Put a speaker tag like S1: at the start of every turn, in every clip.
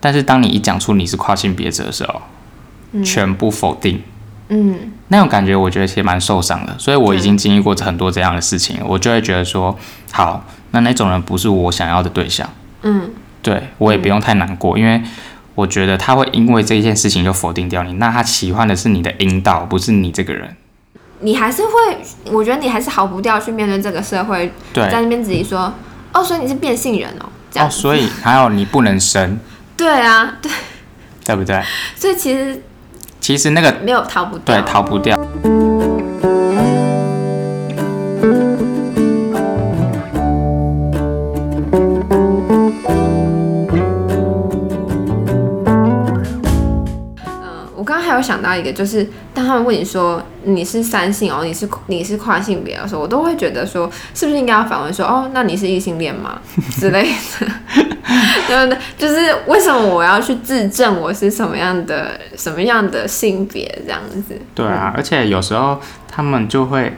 S1: 但是当你一讲出你是跨性别者的时候，全部否定，
S2: 嗯
S1: 那种感觉我觉得其实蛮受伤的。所以我已经经历过很多这样的事情，我就会觉得说，好，那那种人不是我想要的对象，
S2: 嗯
S1: 对我也不用太难过，因为我觉得他会因为这件事情就否定掉你，那他喜欢的是你的阴道，不是你这个人。
S2: 你还是会，我觉得你还是逃不掉去面对这个社会，
S1: 对，
S2: 在那边自己说，哦，所以你是变性人哦，这样，
S1: 哦，所以还有你不能生，
S2: 对啊，对，
S1: 对不对？
S2: 所以其实
S1: 其实那个
S2: 没有逃不掉，
S1: 对逃不掉。
S2: 嗯，我刚刚还有想到一个，就是当他们问你说你是三性哦，你是你是跨性别的时候，我都会觉得说，是不是应该要反问说，哦，那你是异性恋吗 之类的？对不对？就是为什么我要去自证我是什么样的什么样的性别这样子？
S1: 对啊，而且有时候他们就会，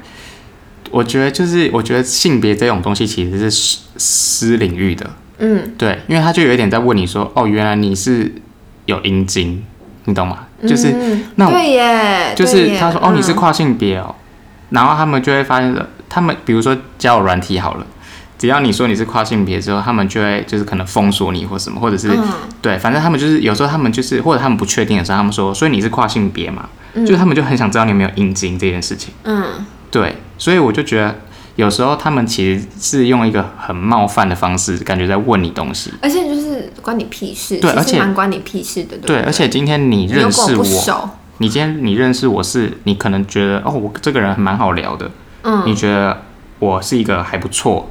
S1: 我觉得就是我觉得性别这种东西其实是私私领域的，
S2: 嗯，
S1: 对，因为他就有一点在问你说，哦，原来你是有阴茎，你懂吗？就是、
S2: 嗯
S1: 那我
S2: 哎对耶，嗯
S1: 就是他说，哦，你是
S2: 跨，
S1: 跨性别哦，然后他们就会发现，他们比如说交友软体好了。只要你说你是跨性别之后，他们就会就是可能封锁你或什么，或者是、
S2: 嗯
S1: 对，反正他们就是有时候他们就是或者他们不确定的时候，他们说，所以你是跨性别嘛？
S2: 嗯
S1: 就是他们就很想知道你有没有阴茎这件事情。
S2: 嗯
S1: 对，所以我就觉得有时候他们其实是用一个很冒犯的方式，感觉在问你东西。
S2: 而且就是关你屁事，
S1: 对
S2: 其实
S1: 而且
S2: 蛮关你屁事的，对不
S1: 对，而且今天你
S2: 你又
S1: 认
S2: 跟我
S1: 识
S2: 不
S1: 我，
S2: 熟，
S1: 你今天你认识我是，你可能觉得哦，我这个人蛮好聊的，
S2: 嗯，
S1: 你觉得我是一个还不错，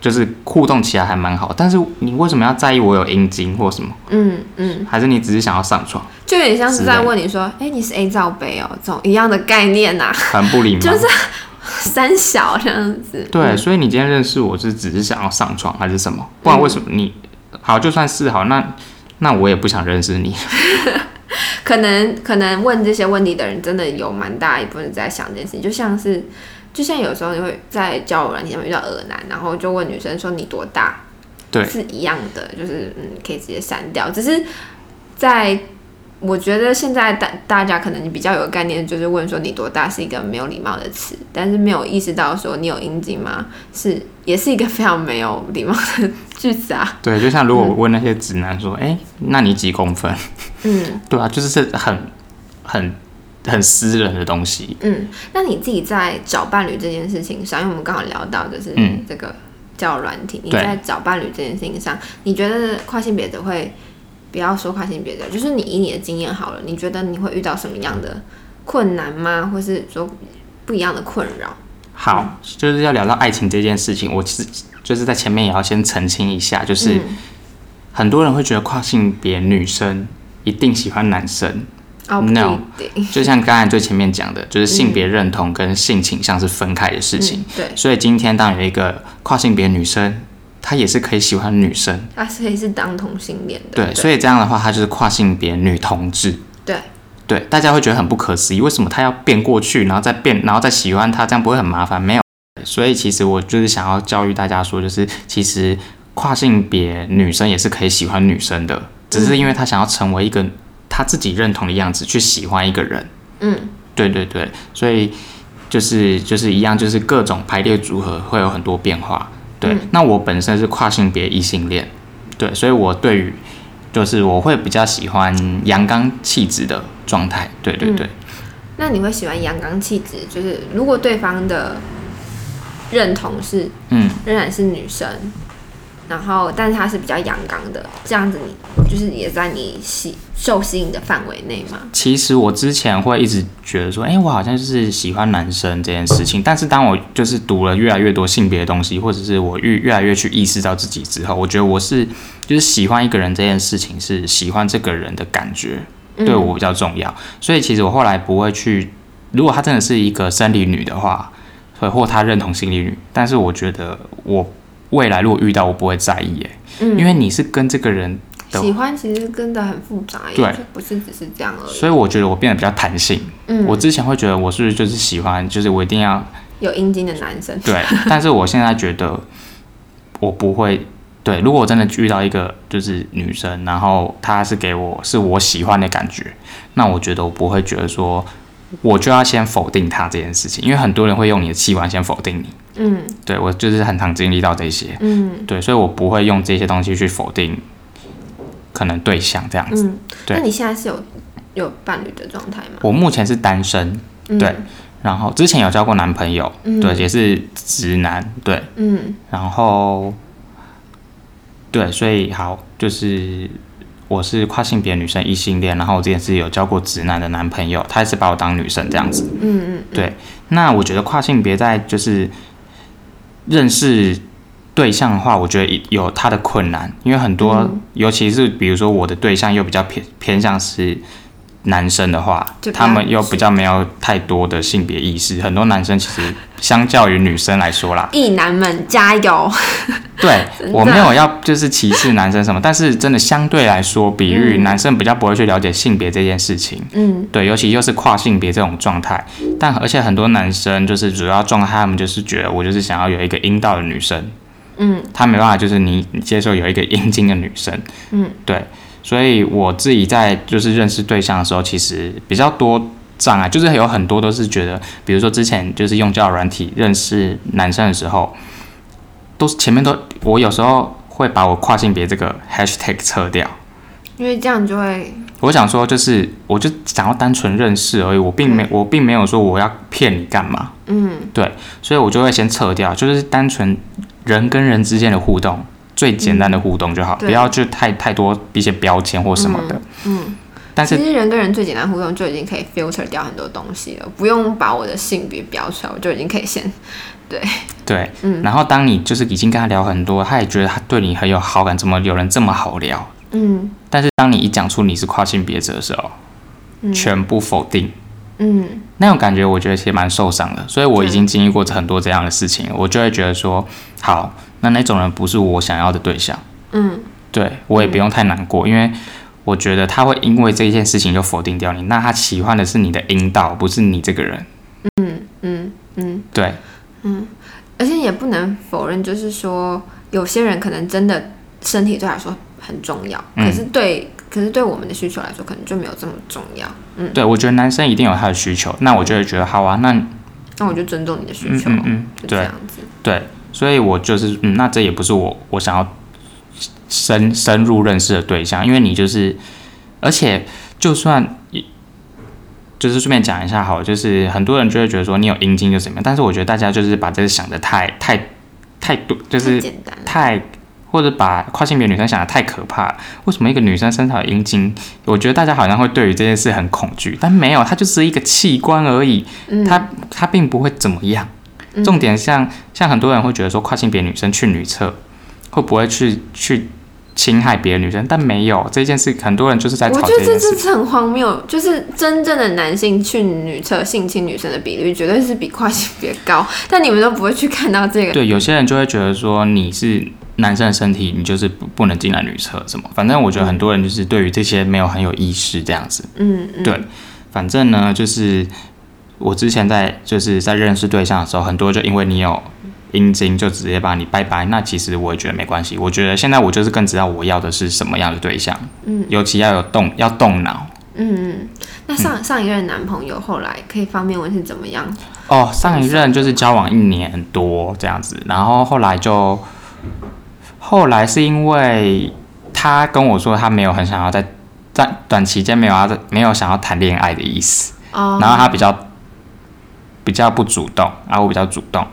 S1: 就是互动起来还蛮好。但是你为什么要在意我有阴茎或什么？
S2: 嗯嗯。
S1: 还是你只是想要上床，
S2: 就有点像是
S1: 之类
S2: 在
S1: 的
S2: 问你说：“哎、你是 A 罩杯哦，这种一样的概念呐、
S1: 很不礼貌？
S2: 就是 三小这样子。”
S1: 对，所以你今天认识我是只是想要上床还是什么？不然为什么你、好就算是好，那那我也不想认识你。
S2: 可能可能问这些问题的人，真的有蛮大一部分在想这件事情，就像是，就像有时候你会在交友软件上面遇到耳男，然后就问女生说你多大，
S1: 对
S2: 是一样的，就是嗯，可以直接删掉。只是在我觉得现在大大家可能比较有概念，就是问说你多大是一个没有礼貌的词，但是没有意识到说你有阴茎吗？是也是一个非常没有礼貌的句子啊。
S1: 对，就像如果我问那些直男说，哎、那你几公分？
S2: 嗯
S1: 对啊，就是这很很很私人的东西。
S2: 嗯，那你自己在找伴侣这件事情上，因为我们刚好聊到就是
S1: 嗯
S2: 这个叫软体，你
S1: 对
S2: 在找伴侣这件事情上，你觉得跨性别者会不要说跨性别者，就是你以你的经验好了，你觉得你会遇到什么样的困难吗？或是说不一样的困扰？
S1: 好，就是要聊到爱情这件事情，我其实就是在前面也要先澄清一下，
S2: 嗯
S1: 就是、很多人会觉得跨性别女生一定喜欢男生，
S2: 哦，不
S1: No
S2: 一定，
S1: 就像刚才最前面讲的，就是性别认同跟性倾向是分开的事情。
S2: 嗯、对，
S1: 所以今天当有一个跨性别女生，她也是可以喜欢女生，
S2: 他是可以是当同性恋的，
S1: 对，所以这样的话，她就是跨性别女同志。
S2: 对
S1: 对，大家会觉得很不可思议，为什么她要变过去，然后再变，然后再喜欢她，这样不会很麻烦？没有，所以其实我就是想要教育大家说，就是其实跨性别女生也是可以喜欢女生的，只是因为她想要成为一个她自己认同的样子去喜欢一个人。
S2: 嗯
S1: 对对对，所以就是就是一样，就是各种排列组合会有很多变化。对，
S2: 嗯
S1: 那我本身是跨性别异性恋，对，所以我对于就是我会比较喜欢阳刚气质的状态。对对对，
S2: 那你会喜欢阳刚气质？就是如果对方的认同是
S1: 嗯，
S2: 仍然是女生，然后但是她是比较阳刚的，这样子你就是也在你吸受吸引的范围内嘛？
S1: 其实我之前会一直觉得说，哎、我好像就是喜欢男生这件事情，但是当我就是读了越来越多性别的东西，或者是我越越来越去意识到自己之后，我觉得我是就是喜欢一个人这件事情是喜欢这个人的感觉，
S2: 嗯
S1: 对我比较重要。所以其实我后来不会去，如果她真的是一个生理女的话，或或她认同心理女，但是我觉得我未来如果遇到，我不会在意、欸，
S2: 嗯
S1: 因为你是跟这个人的，
S2: 喜欢其实真的很复杂耶，
S1: 对
S2: 就不是只是这样而已。
S1: 所以我觉得我变得比较弹性。
S2: 嗯，
S1: 我之前会觉得我是不是就是喜欢，就是我一定要
S2: 有阴茎的男生，
S1: 对，但是我现在觉得我不会对，如果我真的遇到一个就是女生，然后她是给我是我喜欢的感觉，那我觉得我不会觉得说我就要先否定她这件事情，因为很多人会用你的器官先否定你。
S2: 嗯
S1: 对我就是很常经历到这些，
S2: 嗯
S1: 对，所以我不会用这些东西去否定可能对象这样子。
S2: 嗯。
S1: 对
S2: 那你现在是有有伴侣的状态吗？
S1: 我目前是单身，
S2: 嗯
S1: 对，然后之前有交过男朋友，
S2: 嗯
S1: 对，也是直男，对，
S2: 嗯
S1: 然后对，所以好就是。我是跨性别女生异性恋，然后我之前是有交过直男的男朋友，他也是把我当女生这样子。
S2: 嗯嗯，
S1: 对那我觉得跨性别在就是认识对象的话，我觉得有它的困难，因为很多，
S2: 嗯
S1: 尤其是比如说我的对象又比较偏偏向是男生的话
S2: 就，比较，
S1: 他们又比较没有太多的性别意识。很多男生其实相较于女生来说啦
S2: 异男们加油！
S1: 对
S2: 真的
S1: 我没有要就是歧视男生什么，但是真的相对来说，比喻
S2: 嗯
S1: 男生比较不会去了解性别这件事情。
S2: 嗯
S1: 对，尤其又是跨性别这种状态，但而且很多男生就是主要状态，他们就是觉得我就是想要有一个阴道的女生，
S2: 嗯
S1: 他没办法就是你你接受有一个阴茎的女生，
S2: 嗯，
S1: 对，所以我自己在就是认识对象的时候，其实比较多障碍，就是有很多都是觉得，比如说之前就是用交友软体认识男生的时候，都是前面都我有时候会把我跨性别这个 hashtag 撤掉。
S2: 因为这样就会
S1: 我想说，就是我就想要单纯认识而已，我并没我并没有说我要骗你干嘛，
S2: 嗯
S1: 所以我就会先撤掉，就是单纯人跟人之间的互动，最简单的互动就好，
S2: 嗯对
S1: 不要就太太多一些标签或什么的。
S2: 嗯。
S1: 但
S2: 其
S1: 是
S2: 实人跟人最简单互动就已经可以 filter 掉很多东西了，不用把我的性别标出来，我就已经可以先
S1: 对，
S2: 嗯
S1: 然后当你就是已经跟他聊很多，他也觉得他对你很有好感，怎么有人这么好聊？
S2: 嗯
S1: 但是当你一讲出你是跨性别者的时候，
S2: 嗯
S1: 全部否定。
S2: 嗯
S1: 那种感觉，我觉得其实蛮受伤的，所以我已经经历过很多这样的事情，我就会觉得说，好，那那种人不是我想要的对象，
S2: 嗯
S1: 对我也不用太难过，因为我觉得他会因为这件事情就否定掉你，那他喜欢的是你的阴道，不是你这个人，
S2: 嗯嗯嗯，
S1: 对
S2: 而且也不能否认，就是说有些人可能真的身体对他来说很重要，
S1: 嗯
S2: 可是对可是对我们的需求来说，可能就没有这么重要。嗯，
S1: 对，我觉得男生一定有他的需求，那我就会觉得好啊，那
S2: 那我就尊重你的需
S1: 嗯
S2: 求，
S1: 嗯嗯，
S2: 就这
S1: 对
S2: 样子。
S1: 对，所以我就是嗯，那这也不是我我想要深深入认识的对象，因为你就是，而且就算就是顺便讲一下好了，就是很多人就会觉得说你有阴茎就怎么样，但是我觉得大家就是把这个想的太太太多，就
S2: 太
S1: 是
S2: 简单了，
S1: 太或者把跨性别女生想的太可怕了。为什么一个女生身上有阴茎？我觉得大家好像会对于这件事很恐惧，但没有，它就是一个器官而已，
S2: 嗯，
S1: 它它并不会怎么样。
S2: 嗯
S1: 重点像像很多人会觉得说跨性别女生去女厕会不会去去侵害别的女生，但没有这件事，很多人就是在
S2: 我
S1: 吵
S2: 觉
S1: 这
S2: 得这
S1: 件事
S2: 真。是很荒谬，就是真正的男性去女厕性侵女生的比率绝对是比跨性别高，但你们都不会去看到这个。
S1: 对，有些人就会觉得说你是男生的身体，你就是不不能进来女厕什么。反正我觉得很多人就是对于这些没有很有意识这样子。
S2: 嗯嗯，
S1: 对反正呢，就是我之前在就是在认识对象的时候，很多就因为你有阴茎就直接把你拜拜。那其实我也觉得没关系，我觉得现在我就是更知道我要的是什么样的对象，
S2: 嗯
S1: 尤其要有动要动脑。
S2: 嗯嗯。那上上一任男朋友后来可以方便问是怎么样？
S1: 哦，上一任就是交往一年多这样子，然后后来就，后来是因为他跟我说他没有很想要在在短期间没有要在没有想要谈恋爱的意思，
S2: 哦，
S1: 然后他比较比较不主动，然后我比较主动，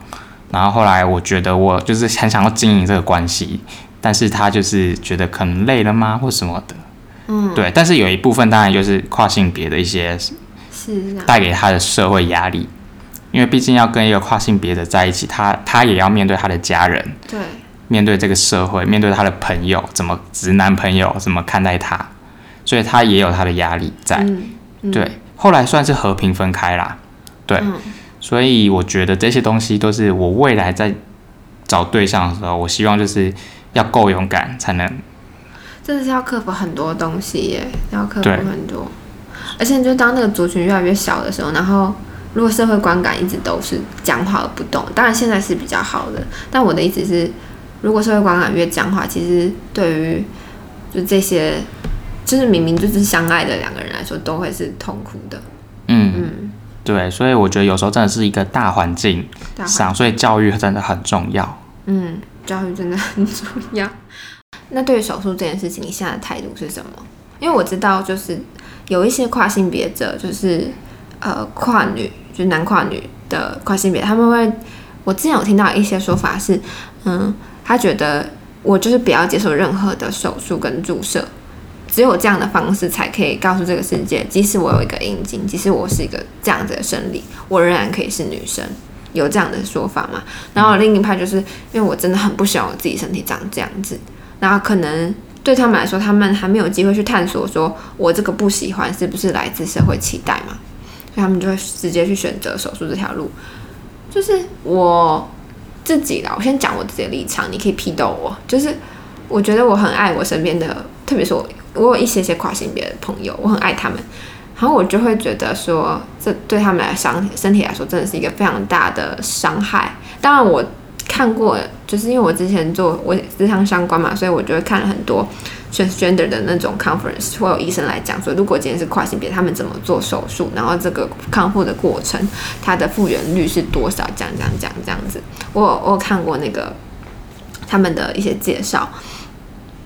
S1: 然后后来我觉得我就是很想要经营这个关系，但是他就是觉得可能累了吗或什么的，
S2: 嗯
S1: 对，但是有一部分当然就是跨性别的一些
S2: 是这样，
S1: 带给他的社会压力，因为毕竟要跟一个跨性别的在一起，他他也要面对他的家人，
S2: 对，
S1: 面对这个社会，面对他的朋友，怎么直男朋友怎么看待他，所以他也有他的压力在。
S2: 嗯，嗯
S1: 对，，后来算是和平分开啦。对，
S2: 嗯
S1: 所以我觉得这些东西都是我未来在找对象的时候，我希望就是要够勇敢，才能
S2: 真的是要克服很多东西耶，要克服
S1: 对
S2: 很多。而且就当那个族群越来越小的时候，然后如果社会观感一直都是讲好而不动，当然现在是比较好的，但我的意思是，如果社会观感越僵化，其实对于就这些，就是明明就是相爱的两个人来说，都会是痛苦的。
S1: 嗯，
S2: 嗯，
S1: 对，所以我觉得有时候真的是一个大环境
S2: 大环
S1: 上，所以教育真的很重要。
S2: 嗯，教育真的很重要。 那对于手术这件事情，你现在的态度是什么？因为我知道，就是有一些跨性别者，就是呃跨女，就是男跨女的跨性别，他们会，我之前有听到一些说法是，嗯，他觉得我就是不要接受任何的手术跟注射，只有这样的方式才可以告诉这个世界，即使我有一个阴茎，即使我是一个这样子的生理，我仍然可以是女生，有这样的说法吗？然后另一派就是因为我真的很不喜欢我自己身体长这样子，然后可能对他们来说，他们还没有机会去探索，说我这个不喜欢是不是来自社会期待嘛，所以他们就会直接去选择手术这条路。就是我自己啦，我先讲我自己的立场，你可以批斗我。就是我觉得我很爱我身边的，特别是我，我有一些些跨性别的朋友，我很爱他们。然后我就会觉得说，这对他们来伤身体来说，真的是一个非常大的伤害。当然，我看过，就是因为我之前做我智商相关嘛，所以我就会看了很多 transgender 的那种 conference，会有医生来讲说，如果今天是跨性别，他们怎么做手术，然后这个康复的过程，它的复原率是多少，这样这样这样这样子。我有我有看过那个他们的一些介绍，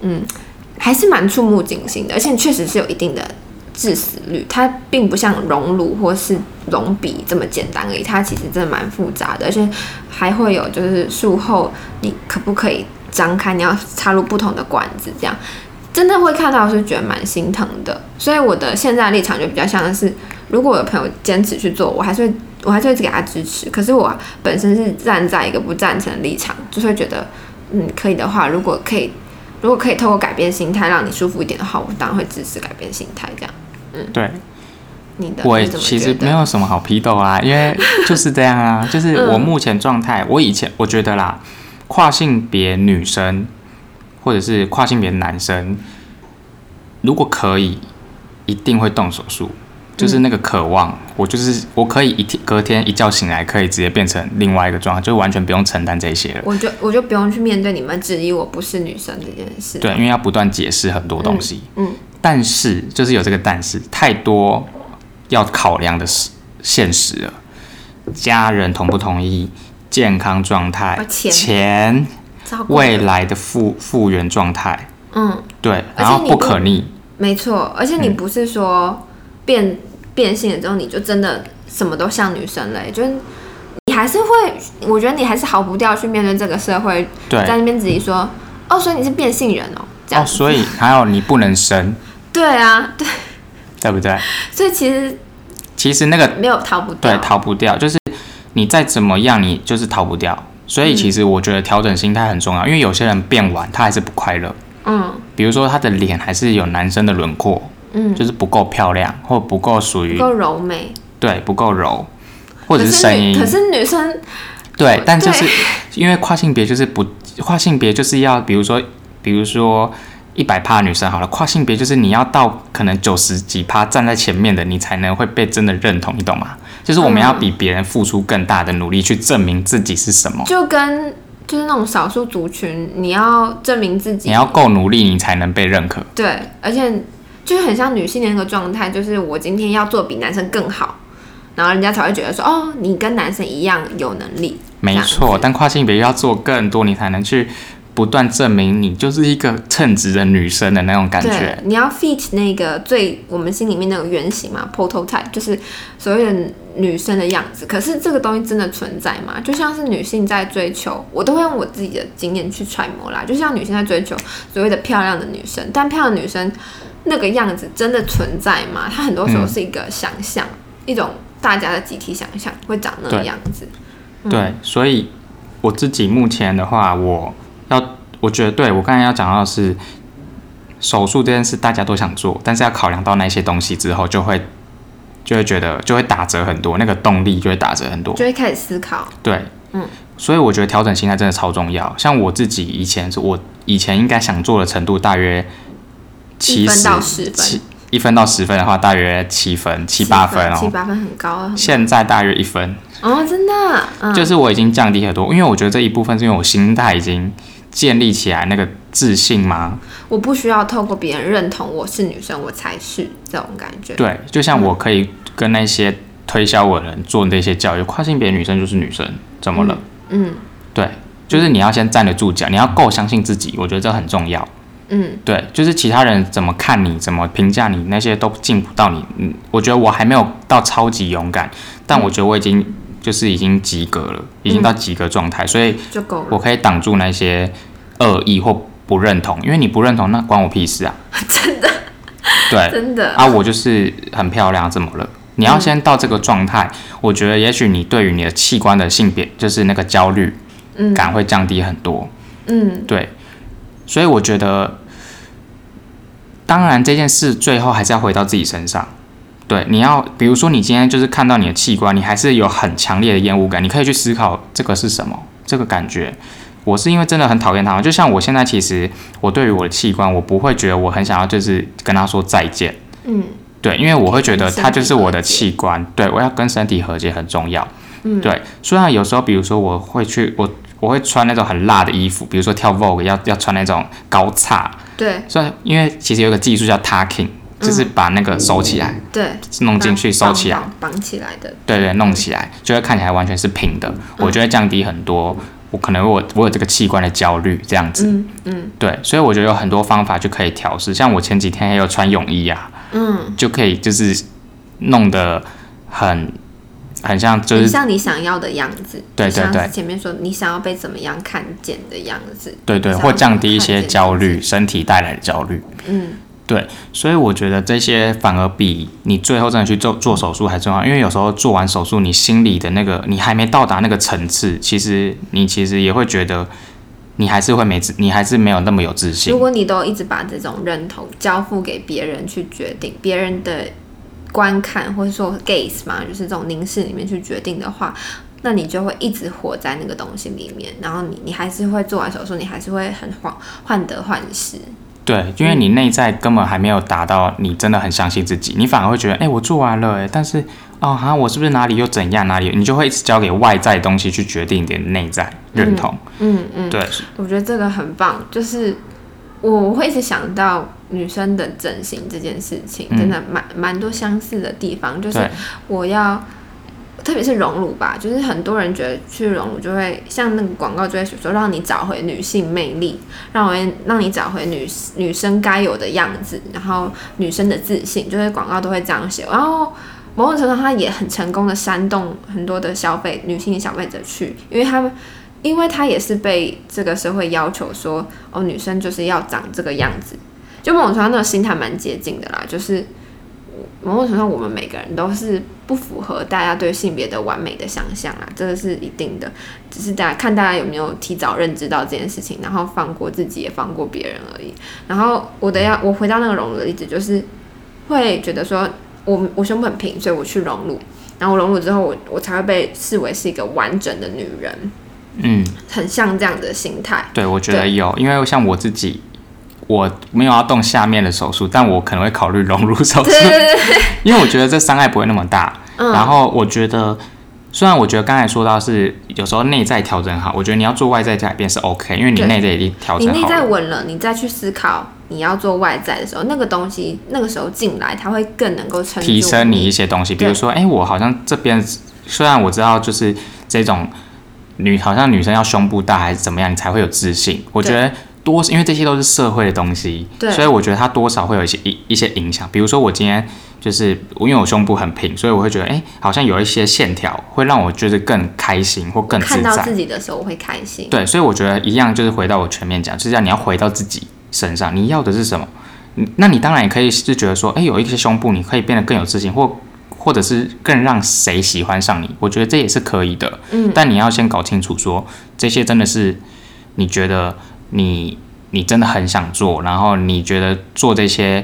S2: 嗯，还是蛮触目惊心的，而且确实是有一定的致死率，它并不像熔炉或是熔笔这么简单而已，它其实真的蛮复杂的，而且还会有就是术后你可不可以张开，你要插入不同的管子，这样真的会看到是觉得蛮心疼的。所以我的现在立场就比较像是，如果我的朋友坚持去做，我还是会我还是会给他支持。可是我本身是站在一个不赞成的立场，就是会觉得，嗯，可以的话，如果可以。如果可以透过改变心态让你舒服一点的话，我当然会支持改变心态。这样，嗯
S1: 对
S2: 你的
S1: 我
S2: 你怎么
S1: 其
S2: 觉
S1: 实
S2: 得
S1: 没有什么好批斗啦，因 为就是这样啊，就是我
S2: 嗯
S1: 目前状态，我以前我觉得啦，跨性别女生或者是跨性别男生，如果可以，一定会动手术。就是那个渴望，
S2: 嗯
S1: 我就是我可以一天隔天一觉醒来，可以直接变成另外一个状态，就完全不用承担这些了。
S2: 我就我就不用去面对你们质疑我不是女生这件事。
S1: 对，因为要不断解释很多东西。
S2: 嗯嗯
S1: 但是就是有这个但是，太多要考量的是现实了，家人同不同意，健康状态
S2: 啊，钱
S1: 钱，
S2: 照顾
S1: 未来的复复原状态，
S2: 嗯，
S1: 对，
S2: 而且
S1: 然后
S2: 你
S1: 不
S2: 不
S1: 可逆，
S2: 没错。而且你
S1: 嗯
S2: 不是说变、变性了之后，你就真的什么都像女生了、欸就是你还是会，我觉得你还是逃不掉去面对这个社会，在
S1: 对。
S2: 那边质疑说，哦，所以你是变性人哦，这
S1: 哦，
S2: 样。
S1: 所以还有你不能生，
S2: 对啊，对，
S1: 对不对？
S2: 所以其实
S1: 其实那个
S2: 没有逃不掉。
S1: 对，逃不掉，就是你再怎么样，你就是逃不掉。所
S2: 嗯
S1: 以其实我觉得调整心态很重要，因为有些人变完他还是不快乐，
S2: 嗯
S1: 比如说他的脸还是有男生的轮廓，
S2: 嗯，
S1: 就是不够漂亮，或不够属
S2: 不
S1: 于
S2: 够柔美，
S1: 对不够柔，或者
S2: 可
S1: 是
S2: 是
S1: 声
S2: 女
S1: 音
S2: 可是女生
S1: 对，但就是因为跨性别就是不跨性别就是要比如说比如说一百趴女生好了，跨性别就是你要到可能九十几趴站在前面的，你才能会被真的认同，你懂吗？就是我们要比别人付出更大的努力去证明自己是什么，
S2: 就跟就是那种少数族群，你要证明自己，
S1: 你要够努力，你才能被认可。
S2: 对，而且就是很像女性的那个状态，就是我今天要做比男生更好，然后人家才会觉得说，哦，你跟男生一样有能力。
S1: 没
S2: 这样
S1: 错，
S2: 子
S1: 但跨性别要做更多，你才能去不断证明你就是一个称职的女生的那种感
S2: 对
S1: 觉。，
S2: 你要 fit 那个最我们心里面那个原型嘛，prototype，就是所谓的女生的样子。可是这个东西真的存在吗？就像是女性在追求，我都会用我自己的经验去揣摩啦。就像女性在追求所谓的漂亮的女生，但漂亮的女生那个样子真的存在吗？它很多
S1: 嗯
S2: 时候是一个想象，一种大家的集体想象会长那个
S1: 对
S2: 样子。嗯
S1: 对，所以我自己目前的话，我要我觉得对我刚才要讲到的是手术这件事，大家都想做，但是要考量到那些东西之后，就会就会觉得就会打折很多，那个动力就会打折很多。
S2: 就会开始思考，
S1: 对，
S2: 嗯，
S1: 所以我觉得调整心态真的超重要。像我自己以前是我以前应该想做的程度大约七
S2: 一分
S1: 十
S2: 到十分
S1: 七一分到十分的话，大约七分七八分
S2: 七
S1: 哦。
S2: 八分很高了，
S1: 现在大约一分，
S2: 哦，真的，嗯，
S1: 就是我已经降低很多，因为我觉得这一部分是因为我心态已经建立起来那个自信吗？
S2: 我不需要透过别人认同我是女生我才是这种感觉。
S1: 对，就
S2: 嗯
S1: 像我可以跟那些推销我的人做那些教育，跨性别女生就是女生，怎么了？
S2: 嗯
S1: 对，就是你要先站得住脚，你要够相信自己，我觉得这很重要。
S2: 嗯，
S1: 对，就是其他人怎么看你、怎么评价你，那些都进不到你。嗯，我觉得我还没有到超级勇敢，
S2: 嗯
S1: 但我觉得我已经就是已经及格了，已经到及格状态，所以
S2: 就够了。
S1: 我可以挡住那些恶意或不认同，因为你不认同，那关我屁事啊！真的，对
S2: 真的，
S1: 啊，我就是很漂亮，怎么了？你要先到这个状态，我觉得也许你对于你的器官的性别，就是那个焦虑
S2: 嗯
S1: 感会降低很多。
S2: 嗯
S1: 对，所以我觉得，当然这件事最后还是要回到自己身上。对，你要比如说你今天就是看到你的器官，你还是有很强烈的厌恶感，你可以去思考这个是什么，这个感觉。我是因为真的很讨厌它吗，就像我现在其实我对于我的器官，我不会觉得我很想要就是跟他说再见。
S2: 嗯
S1: 对，因为我会觉得
S2: 跟身
S1: 它就是
S2: 体
S1: 我
S2: 和
S1: 的
S2: 解
S1: 器官，对我要跟身体和解很重要。
S2: 嗯
S1: 对，虽然有时候，比如说我会去我我会穿那种很辣的衣服，比如说跳 Vogue 要要穿那种高叉，
S2: 对
S1: 虽然因为其实有一个技术叫 tucking，就是
S2: 嗯
S1: 把那个收起来，
S2: 对，
S1: 弄进去收
S2: 绑
S1: 起来，，
S2: 绑绑起来的。
S1: 对对，弄起来就会看起来完全是平
S2: 嗯
S1: 的，我就会降低很多。我可能我我有这个器官的焦虑这样子，
S2: 嗯嗯
S1: 对，所以我觉得有很多方法就可以调试。像我前几天也有穿泳衣啊，
S2: 嗯，
S1: 就可以就是弄得很很像就
S2: 很
S1: 是
S2: 像你想要的样子。
S1: 对
S2: 就
S1: 对
S2: 像
S1: 对
S2: 前面说你想要被怎么样看见的样子。
S1: 对对，
S2: 这样
S1: 或降低一些
S2: 看见
S1: 焦虑，身体带来的焦虑。
S2: 嗯
S1: 对，所以我觉得这些反而比你最后真的去做做手术还重要，因为有时候做完手术，你心里的那个你还没到达那个层次，其实你其实也会觉得你还是会没自，你还是没有那么有自信
S2: 如。果你都一直把这种认同交付给别人去决定，别人的观看或者说 gaze 嘛，就是这种凝视里面去决定的话，那你就会一直活在那个东西里面，然后你你还是会做完手术，你还是会很患患得患失。
S1: 对，因为你内在根本还没有达到，你真的很相信自己，你反而会觉得，哎、我做完了、哎，但是，哦，哈、我是不是哪里又怎样，哪里，你就会一直交给外在的东西去决定你的内在认同。
S2: 嗯嗯，
S1: 对，
S2: 我觉得这个很棒，就是我会一直想到女生的整形这件事情，
S1: 嗯
S2: 真的蛮蛮多相似的地方，就是
S1: 对，
S2: 我要，特别是荣辱吧，就是很多人觉得去荣辱就会像那个广告就会写说让你找回女性魅力，让我让你找回女女生该有的样子，然后女生的自信，就是广告都会这样写。然后某种程度，它也很成功的煽动很多的消费女性的消费者去，因为他们。因为他也是被这个社会要求说，哦，女生就是要长这个样子，就某种程度上那个心态蛮接近的啦，就是某种程度上，我们每个人都是不符合大家对性别的完美的想象啊，这个是一定的。只是大家看大家有没有提早认知到这件事情，然后放过自己，也放过别人而已。然后我的要我回到那个荣辱的例子，就是会觉得说我我胸部很平，所以我去荣辱，然后我荣辱之后我，我才会被视为是一个完整的女人，
S1: 嗯，
S2: 很像这样的心态。
S1: 对，我觉得
S2: 对
S1: 有，因为像我自己，我没有要动下面的手术，但我可能会考虑隆乳手术
S2: 对，对对对，
S1: 因为我觉得这伤害不会那么大。然
S2: 嗯
S1: 后我觉得，虽然我觉得刚才说到是有时候内在调整好，我觉得你要做外在改变是 OK，因为你
S2: 对
S1: 内在已经调
S2: 你
S1: 整
S2: 内
S1: 好
S2: 在
S1: 了。
S2: 稳了，你再去思考你要做外在的时候，那个东西那个时候进来，它会更能够撑住
S1: 提升你一些东西，比如
S2: 对
S1: 说，哎、我好像这边虽然我知道就是这种女，好像女生要胸部大还是怎么样，你才会有自信。我觉
S2: 对
S1: 得多，因为这些都是社会的东西，
S2: 对
S1: 所以我觉得它多少会有一些一一些影响。比如说我今天就是因为我胸部很平，所以我会觉得，哎、好像有一些线条会让我觉得更开心或更自
S2: 看到
S1: 在
S2: 自。己的时候我会开心。
S1: 对，所以我觉得一样就是回到我前面讲，就是要你要回到自己身上，你要的是什么？嗯那你当然也可以是觉得说，哎，有一些胸部，你可以变得更有自信，或或者是更让谁喜欢上你，我觉得这也是可以的。
S2: 嗯，
S1: 但你要先搞清楚说，这些真的是你觉得你你真的很想做，然后你觉得做这些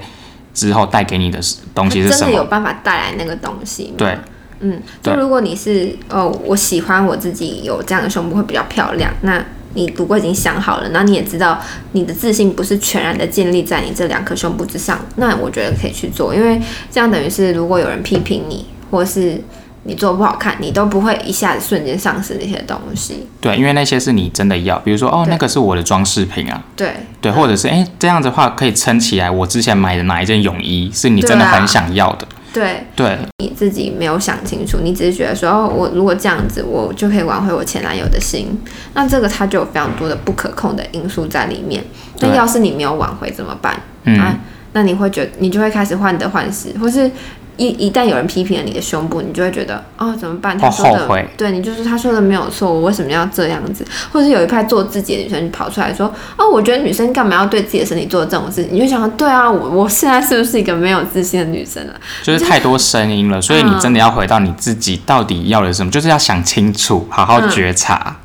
S1: 之后带给你的东西
S2: 它
S1: 是什
S2: 真的有
S1: 么？
S2: 办法带来那个东西吗？
S1: 对，
S2: 嗯，
S1: 对
S2: 就如果你是哦，我喜欢我自己有这样的胸部会比较漂亮，那你如果已经想好了，那你也知道你的自信不是全然的建立在你这两颗胸部之上，那我觉得可以去做，因为这样等于是如果有人批评你，或是你做不好看，你都不会一下子瞬间丧失那些东西。
S1: 对，因为那些是你真的要，比如说哦，
S2: 对
S1: 那个是我的装饰品啊，
S2: 对，
S1: 对，或者是哎、这样子的话可以撑起来我之前买的哪一件泳衣是你真的
S2: 对啊
S1: 很想要的，
S2: 对
S1: 对
S2: 你自己没有想清楚，你只是觉得说，哦，我如果这样子，我就可以挽回我前男友的心。那这个它就有非常多的不可控的因素在里面。那
S1: 对
S2: 要是你没有挽回怎么办？
S1: 嗯、
S2: 啊，那你会觉你就会开始患得患失，或是一一旦有人批评了你的胸部，你就会觉得哦怎么办？他
S1: 哦
S2: 说的、
S1: 后悔
S2: 对你就是他说的没有错，我为什么要这样子？或是有一派做自己的女生跑出来说哦，我觉得女生干嘛要对自己的身体做这种事？你就想说对啊，我我现在是不是一个没有自信的女生啊？
S1: 就是太多声音了，所以你真的要回到你自己到底要的是什么，就是要想清楚，好好觉察。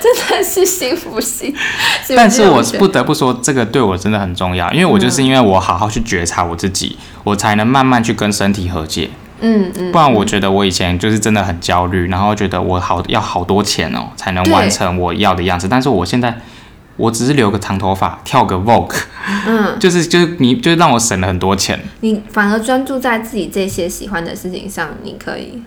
S2: 真的是幸福系，幸福系
S1: 但是我
S2: 同学
S1: 不得不说，这个对我真的很重要，因为我就是因为我好好去觉察我自己，我才能慢慢去跟身体和解。
S2: 嗯嗯
S1: 不然我觉得我以前就是真的很焦虑，然后觉得我好要好多钱哦才能
S2: 对
S1: 完成我要的样子，但是我现在。我只是留个长头发，跳 个 Vogue，
S2: 嗯，
S1: 就是就是你就是让我省了很多钱。
S2: 你反而专注在自己这些喜欢的事情上，你可以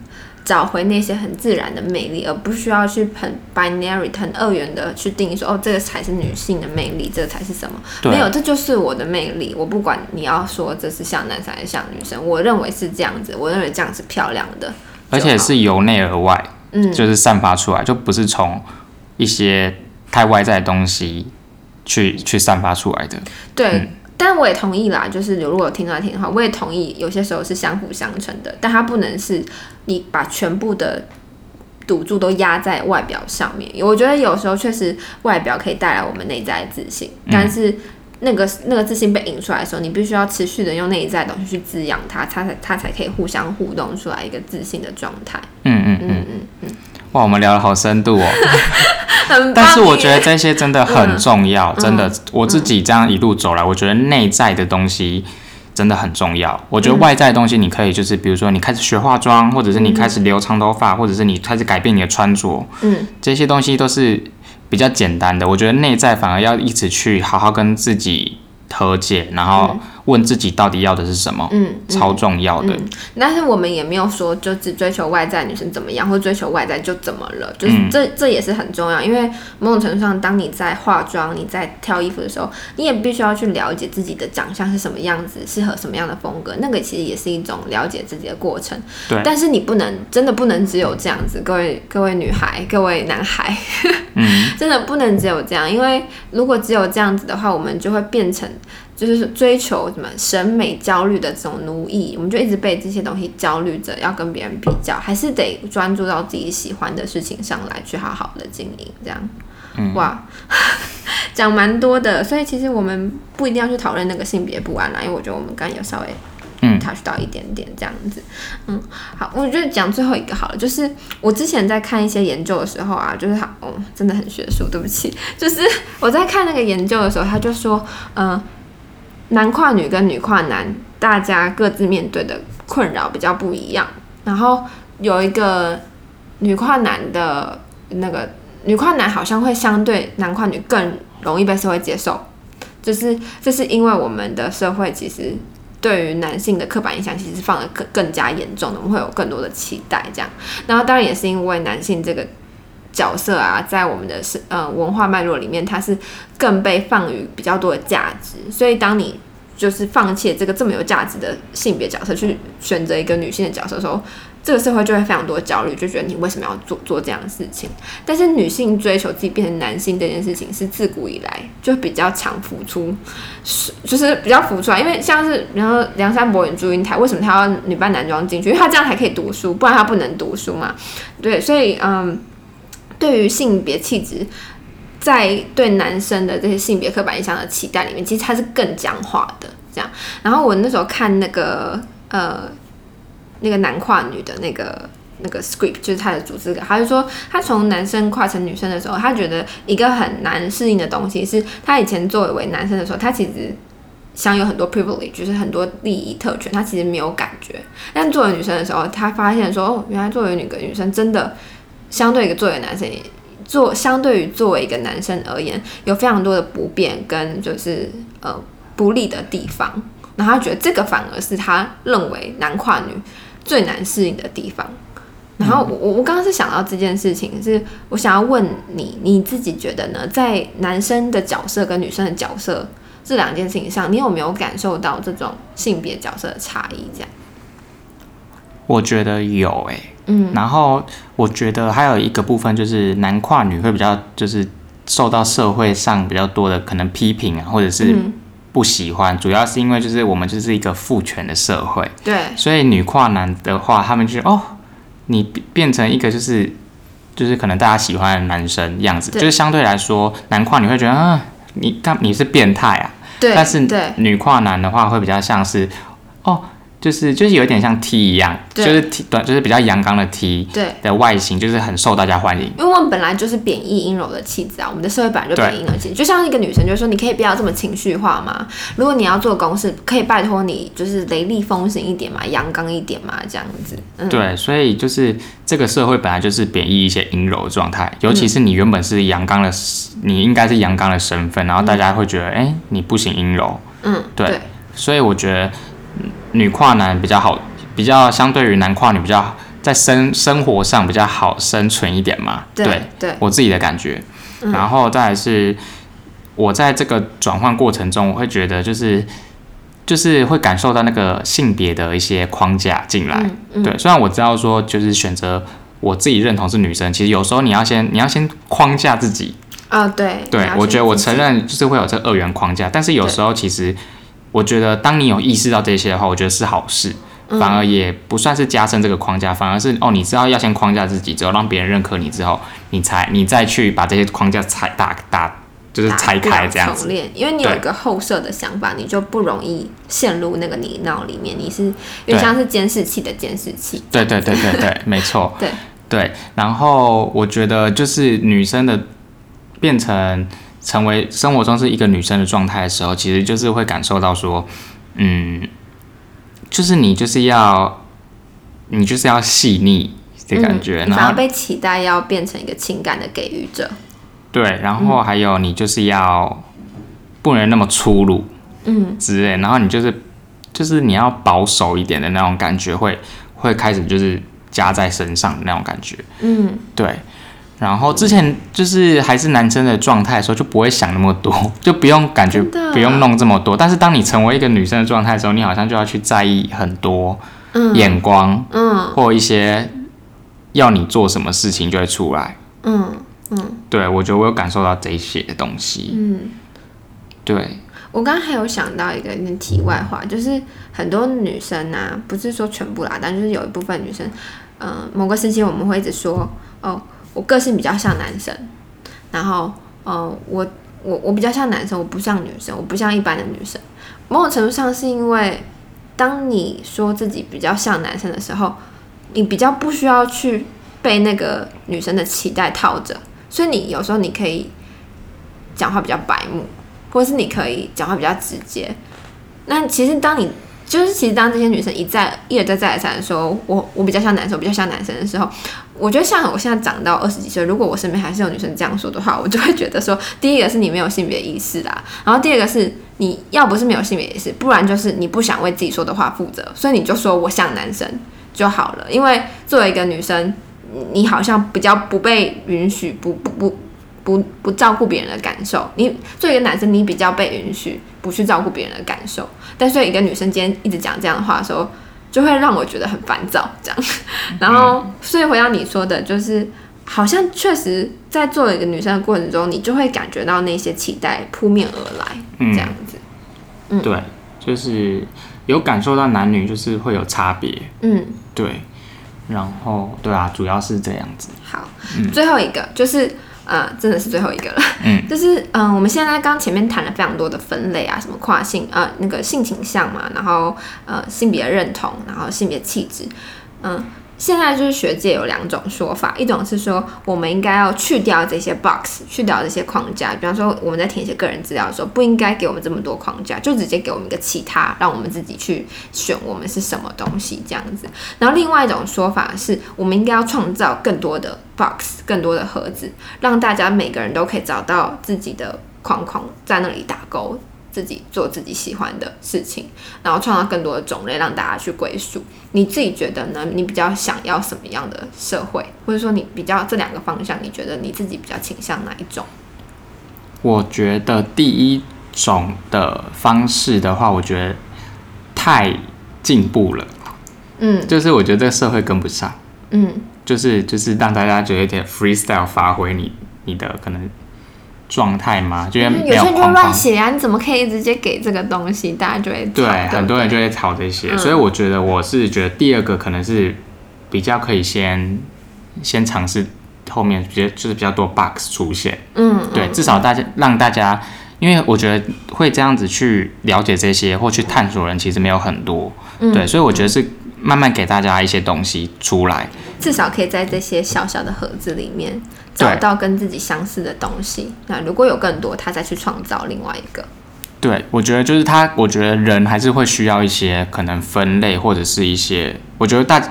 S2: 找回那些很自然的魅力，而不需要去很 binary、很二元的去定义说，哦，这个才是女性的魅力，这个才是什么？
S1: 对
S2: 没有，这就是我的魅力。我不管你要说这是像男生还是像女生，我认为是这样子，我认为这样是漂亮的，
S1: 而且是由内而外，
S2: 嗯
S1: 就是散发出来，就不是从一些太外在的东西去去散发出来的。
S2: 对。
S1: 嗯
S2: 但我也同意啦，就是如果有听到听的话，我也同意，有些时候是相辅相成的，但它不能是你把全部的赌注都压在外表上面。我觉得有时候确实外表可以带来我们内在的自信，
S1: 嗯
S2: 但是那个那个自信被引出来的时候，你必须要持续的用内在的东西去滋养它，它才它才可以互相互动出来一个自信的状态。
S1: 嗯嗯嗯
S2: 嗯嗯，
S1: 哇，我们聊的好深度哦，
S2: 很棒耶。嗯
S1: 但是我觉得这些真的很重要，真的，我自己这样一路走来，我觉得内在的东西。真的很重要，我
S2: 嗯
S1: 觉得外在的东西你可以就是，比如说你开始学化妆，或者是你开始留长头发，或者是你开始改变你的穿着，
S2: 嗯，
S1: 这些东西都是比较简单的。我觉得内在反而要一直去好好跟自己和解，然后问自己到底要的是什么，
S2: 嗯嗯
S1: 超重要的。
S2: 但是我们也没有说就只追求外在女生怎么样，或追求外在就怎么了，就是这、这也是很重要，因为某种程度上，当你在化妆、你在挑衣服的时候，你也必须要去了解自己的长相是什么样子，适合什么样的风格，那个其实也是一种了解自己的过程。
S1: 对
S2: 但是你不能真的不能只有这样子，各位各位女孩、各位男孩， 真的不能只有这样，因为如果只有这样子的话，我们就会变成就是追求什么审美焦虑的这种奴役，我们就一直被这些东西焦虑着，要跟别人比较，还是得专注到自己喜欢的事情上来，去好好的经营这样。哇， 讲蛮多的，所以其实我们不一定要去讨论那个性别不安啦，因为我觉得我们刚刚有稍微
S1: 嗯
S2: touch 到一点点这样子。嗯，好，我就讲最后一个好了，就是我之前在看一些研究的时候啊，就是好，哦，真的很学术，对不起，就是我在看那个研究的时候，他就说，呃，男跨女跟女跨男，大家各自面对的困扰比较不一样，然后有一个女跨男的那个女跨男好像会相对男跨女更容易被社会接受，就是这是因为我们的社会其实对于男性的刻板印象其实放得更更加严重的，我们会有更多的期待这样。然后当然也是因为男性这个角色啊，在我们的是呃文化脉络里面，它是更被放于比较多的价值，所以当你就是放弃了这个这么有价值的性别角色，去选择一个女性的角色的时候，这个社会就会非常多的焦虑，就觉得你为什么要做做这样的事情？但是女性追求自己变成男性这件事情，是自古以来就比较常浮出是就是比较浮出来，因为像是然后梁山伯与祝英台，为什么他要女扮男装进去？因为他这样才可以读书，不然他不能读书嘛。对，所以嗯，对于性别气质，在对男生的这些性别刻板印象的期待里面，其实它是更僵化的这样。然后我那时候看那个呃那个男跨女的那个。那个 script 就是他的组织稿，他就说他从男生跨成女生的时候，他觉得一个很难适应的东西是，他以前作为男生的时候，他其实享有很多 privilege，就是很多利益特权，他其实没有感觉。但作为女生的时候，他发现说，哦，原来作为女个女生真的相对一个作为男生，做相对于作为一个男生而言，有非常多的不便跟就是呃不利的地方。然后他觉得这个反而是他认为男跨女最难适应的地方。然
S1: 嗯
S2: 后我我我刚刚是想到这件事情，是我想要问你，你自己觉得呢？在男生的角色跟女生的角色这两件事情上，你有没有感受到这种性别角色的差异？这样，
S1: 我觉得有诶、
S2: 嗯
S1: 然后我觉得还有一个部分就是男跨女会比较就是受到社会上比较多的可能批评啊，或者是
S2: 嗯，
S1: 不喜欢，主要是因为就是我们就是一个父权的社会，
S2: 对，
S1: 所以女跨男的话，他们就哦，你变变成一个就是就是可能大家喜欢的男生样子，就
S2: 对
S1: 是相对来说男跨女会觉得啊，你干你是变态啊，
S2: 对，
S1: 但是
S2: 对，
S1: 女跨男的话会比较像是哦，就是就是有点像 T 一样，就
S2: 对
S1: 是 T 短就是比较阳刚的 T
S2: 对，
S1: 的外形，就是很受大家欢迎。
S2: 因为我们本来就是贬义阴柔的气质啊，我们的社会本来就
S1: 对
S2: 贬义阴柔的气质。就像一个女生就说，你可以不要这么情绪化嘛。如果你要做公事，可以拜托你就是雷厉风行一点嘛，阳刚一点嘛，这样子。嗯，
S1: 对，所以就是这个社会本来就是贬义一些阴柔的状态，尤
S2: 嗯
S1: 其是你原本是阳刚的，你应该是阳刚的身份，然后大家会觉得，哎、你不行阴柔，
S2: 嗯，
S1: 对所以我觉得嗯女跨男比较好，比较相对于男跨女比较在生生活上比较好生存一点嘛，
S2: 对对对
S1: 我自己的感觉。
S2: 嗯
S1: 然后再来是，我在这个转换过程中，我会觉得就是就是会感受到那个性别的一些框架进来。
S2: 嗯嗯，
S1: 对，虽然我知道说就是选择我自己认同是女生，其实有时候你要先你要先框架自己。
S2: 啊，对，你
S1: 对
S2: 要，
S1: 我
S2: 去
S1: 觉得我
S2: 自己
S1: 承，认就是会有这二元框架，但是有
S2: 对
S1: 时候其实我觉得当你有意识到这些的话，我觉得是好事。
S2: 嗯
S1: 反而也不算是加深这个框架，反而是哦，你知道要先框架自己，只有让别人认可你之后，你才你再去把这些框架拆打打，就是
S2: 打
S1: 拆开
S2: 掉
S1: 这样子。
S2: 重练，因为你有
S1: 对
S2: 一个后设的想法，你就不容易陷入那个泥淖里面。你是有
S1: 对
S2: 点像是监视器的监视器。
S1: 对对对对 对，没错。
S2: 对
S1: 对，然后我觉得就是女生的变成成为生活中是一个女生的状态的时候，其实就是会感受到说，嗯，就是你就是要你就是要细腻的感觉，
S2: 嗯、你
S1: 然
S2: 反
S1: 后
S2: 而被期待要变成一个情感的给予者。
S1: 对，然后还有你就是要不能那么粗鲁
S2: 嗯，
S1: 之类，然后你就是就是你要保守一点的那种感觉会会开始就是加在身上的那种感觉。
S2: 嗯，
S1: 对，然后之前就是还是男生的状态的时候，就不会想那么多， 就不用感觉
S2: 真的
S1: 不用弄这么多。但是当你成为一个女生的状态的时候，你好像就要去在意很多
S2: 嗯
S1: 眼光、
S2: 嗯
S1: 或一些要你做什么事情就会出来。
S2: 嗯
S1: 对我觉得我有感受到这一些东西。
S2: 嗯，
S1: 对，
S2: 我刚刚还有想到一个有点题外话，就是很多女生啊，不是说全部啦，但就是有一部分女生，嗯、某个时期我们会一直说，哦，我个性比较像男生，然后，呃，我我我比较像男生，我不像女生，我不像一般的女生。某种程度上是因为，当你说自己比较像男生的时候，你比较不需要去被那个女生的期待套着，所以你有时候你可以讲话比较白目，或者是你可以讲话比较直接。那其实当你就是其实当这些女生一再一而再再而三的说我我比较像男生，我比较像男生的时候，我觉得像我现在长到二十几岁，如果我身边还是有女生这样说的话，我 就会觉得说，第一个是你没有性别意识啦，然后第二个是你要不是没有性别意识，不然就是你不想为自己说的话负责，所以你就说我像男生就好了，因为作为一个女生，你你好像比较不被允许，不不不。不不照顾别人的感受，你作为一个男生，你比较被允许不去照顾别人的感受，但是一个女生今天一直讲这样的话的时候，就会让我觉得很烦躁，这样。 然后，所以回到你说的，就是好像确实在作为一个女生的过程中，你就会感觉到那些期待扑面而来，
S1: 嗯
S2: 这样子。
S1: 对，就是有感受到男女就是会有差别。
S2: 嗯，
S1: 对，然后对啊，主要是这样子。
S2: 好，最后一个就是呃，真的是最后一个了。
S1: 嗯，
S2: 就是嗯、呃我们现在刚前面谈了非常多的分类啊，什么跨性呃那个性倾向嘛，然后呃性别认同，然后性别气质，嗯、现在就是学界有两种说法，一种是说我们应该要去掉这些 box，去掉这些框架。比方说我们在填写个人资料的时候，不应该给我们这么多框架，就直接给我们一个其他，让我们自己去选我们是什么东西这样子。然后另外一种说法是，我们应该要创造更多的 box，更多的盒子，让大家每个人都可以找到自己的框框，在那里打勾。自己做自己喜欢的事情，然后创造更多的种类让大家去归属。你自己觉得呢？你比较想要什么样的社会，或者说你比较这两个方向，你觉得你自己比较倾向哪一种？
S1: 我觉得第一种的方式的话，我觉得太进步了，
S2: 嗯
S1: 就是我觉得这个社会跟不上，
S2: 嗯
S1: 就是就是让大家觉得有点 freestyle 发挥你你的可能状态嘛，就因为
S2: 嗯，
S1: 没
S2: 有些人就会
S1: 框
S2: 乱
S1: 框。
S2: 写啊，你怎么可以直接给这个东西？大家就会
S1: 对，
S2: 吵
S1: 很多人就会吵这些，
S2: 嗯
S1: 所以我觉得我是觉得第二个可能是比较可以先先尝试后面比较就是比较多 bug s 出现，
S2: 嗯
S1: 对，至少大家让大家，因为我觉得会这样子去了解这些或去探索的人其实没有很多，
S2: 嗯
S1: 对，所以我觉得是慢慢给大家一些东西出来，
S2: 至少可以在这些小小的盒子里面找
S1: 对
S2: 到跟自己相似的东西。那如果有更多，他再去创造另外一个。
S1: 对，我觉得就是他，我觉得人还是会需要一些可能分类或者是一些，我觉得大，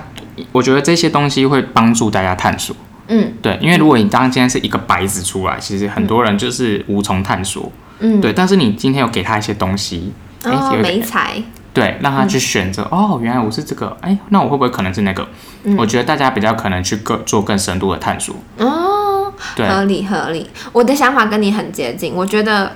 S1: 我觉得这些东西会帮助大家探索。
S2: 嗯
S1: 对，因为如果你当今天是一个白纸出来，其实很多人就是无从探索。
S2: 嗯，
S1: 对，但是你今天有给他一些东西，哎、
S2: 哦，嗯
S1: 有
S2: 美才，
S1: 对，让他去选择。哦，原来我是这个，哎、那我会不会可能是那个？
S2: 嗯
S1: 我觉得大家比较可能去更做更深度的探索。
S2: 哦，
S1: 对，
S2: 合理合理。我的想法跟你很接近，我觉得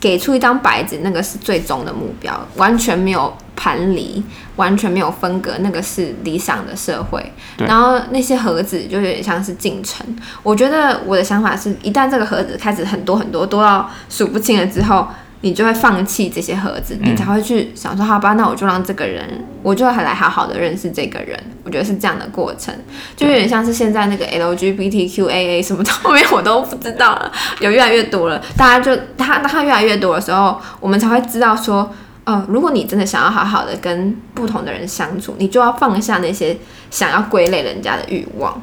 S2: 给出一张白纸，那个是最终的目标，完全没有盘离，完全没有分隔，那个是理想的社会。
S1: 对
S2: 然后那些盒子就有点像是进程。我觉得我的想法是，一旦这个盒子开始很多很多，多到数不清了之后。你就会放弃这些盒子，
S1: 嗯
S2: 你才会去想说，好吧，那我就让这个人，我就来好好的认识这个人。我觉得是这样的过程。就有点像是现在那个 LGBTQAA 什么的，后面我都不知道了，有越来越多了，大家就他他越来越多的时候，我们才会知道说，呃，如果你真的想要好好的跟不同的人相处，你就要放下那些想要归类人家的欲望。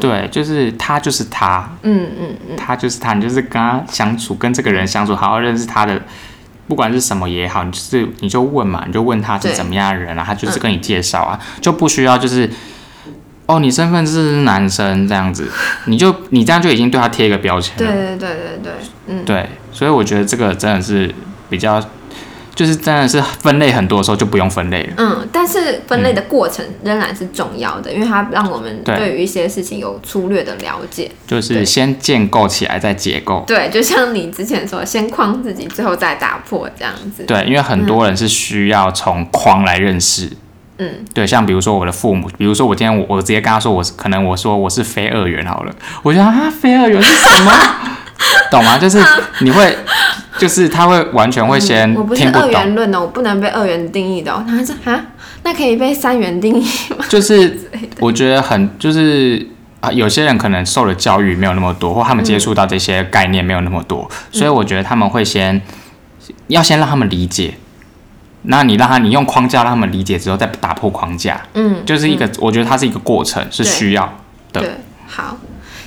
S1: 对，就是他就是他，
S2: 嗯嗯嗯，
S1: 他就是他，你就是跟他相处，跟这个人相处，好好认识他的，不管是什么也好，你就是你就问嘛，你就问他是
S2: 对
S1: 怎么样的人啊，他就是跟你介绍啊，就不需要就是，哦，你身份是男生这样子，你就你这样就已经对他贴一个标签
S2: 对
S1: 了，
S2: 对对对对，嗯，
S1: 对，所以我觉得这个真的是比较，就是真的是分类很多的时候就不用分类了，
S2: 嗯，但是分类的过程仍然是重要的，因为它让我们
S1: 对
S2: 对于一些事情有粗略的了解。
S1: 就是
S2: 对
S1: 先建构起来再解构。
S2: 对，就像你之前说，先框自己，最后再打破这样子。
S1: 对，因为很多人是需要从框来认识，
S2: 嗯，
S1: 对，像比如说我的父母，比如说我今天我我直接跟他说我是可能我说我是非二元好了，我觉得啊非二元是什么？ 懂吗？就是你会，就是他会完全会先
S2: 啊嗯我不是
S1: 听不
S2: 二
S1: 懂，
S2: 元论哦，我不能被二元定义的哦。他说啊，那可以被三元定义吗？
S1: 就是我觉得很就是啊，有些人可能受的教育没有那么多，或他们接触到这些概念没有那么多，
S2: 嗯
S1: 所以我觉得他们会先要先让他们理解，那你让他你用框架让他们理解之后，再打破框架，
S2: 嗯，
S1: 就是一个、我觉得它是一个过程，是
S2: 对
S1: 需要的
S2: 对，好。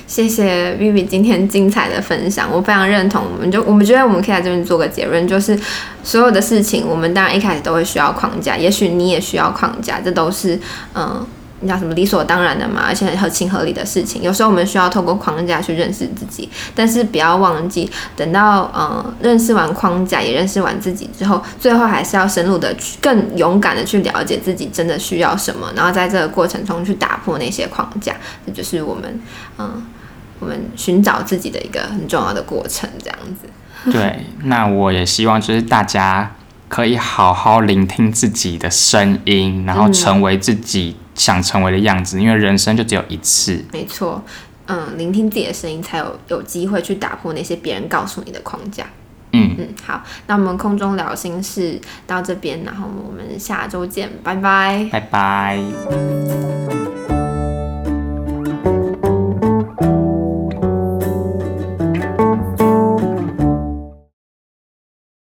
S2: 谢谢 Vivi 今天精彩的分享，我非常认同。我们就我们觉得我们可以在这边做个结论，就是所有的事情，我们当然一开始都会需要框架，也许你也需要框架，这都是嗯，你讲什么理所当然的嘛，而且合情合理的事情。有时候我们需要透过框架去认识自己，但是不要忘记，等到嗯认识完框架，也认识完自己之后，最后还是要深入的去更勇敢的去了解自己真的需要什么，然后在这个过程中去打破那些框架，这就是我们嗯我们寻找自己的一个很重要的过程，这样子。
S1: 对，那我也希望就是大家可以好好聆听自己的声音，然
S2: 嗯
S1: 后成为自己想成为的样子，因为人生就只有一次。
S2: 没错，嗯，聆听自己的声音，才有有机会去打破那些别人告诉你的框架。
S1: 嗯，
S2: 嗯，好，那我们空中聊心事到这边，然后我们下周见，拜拜。
S1: 拜拜。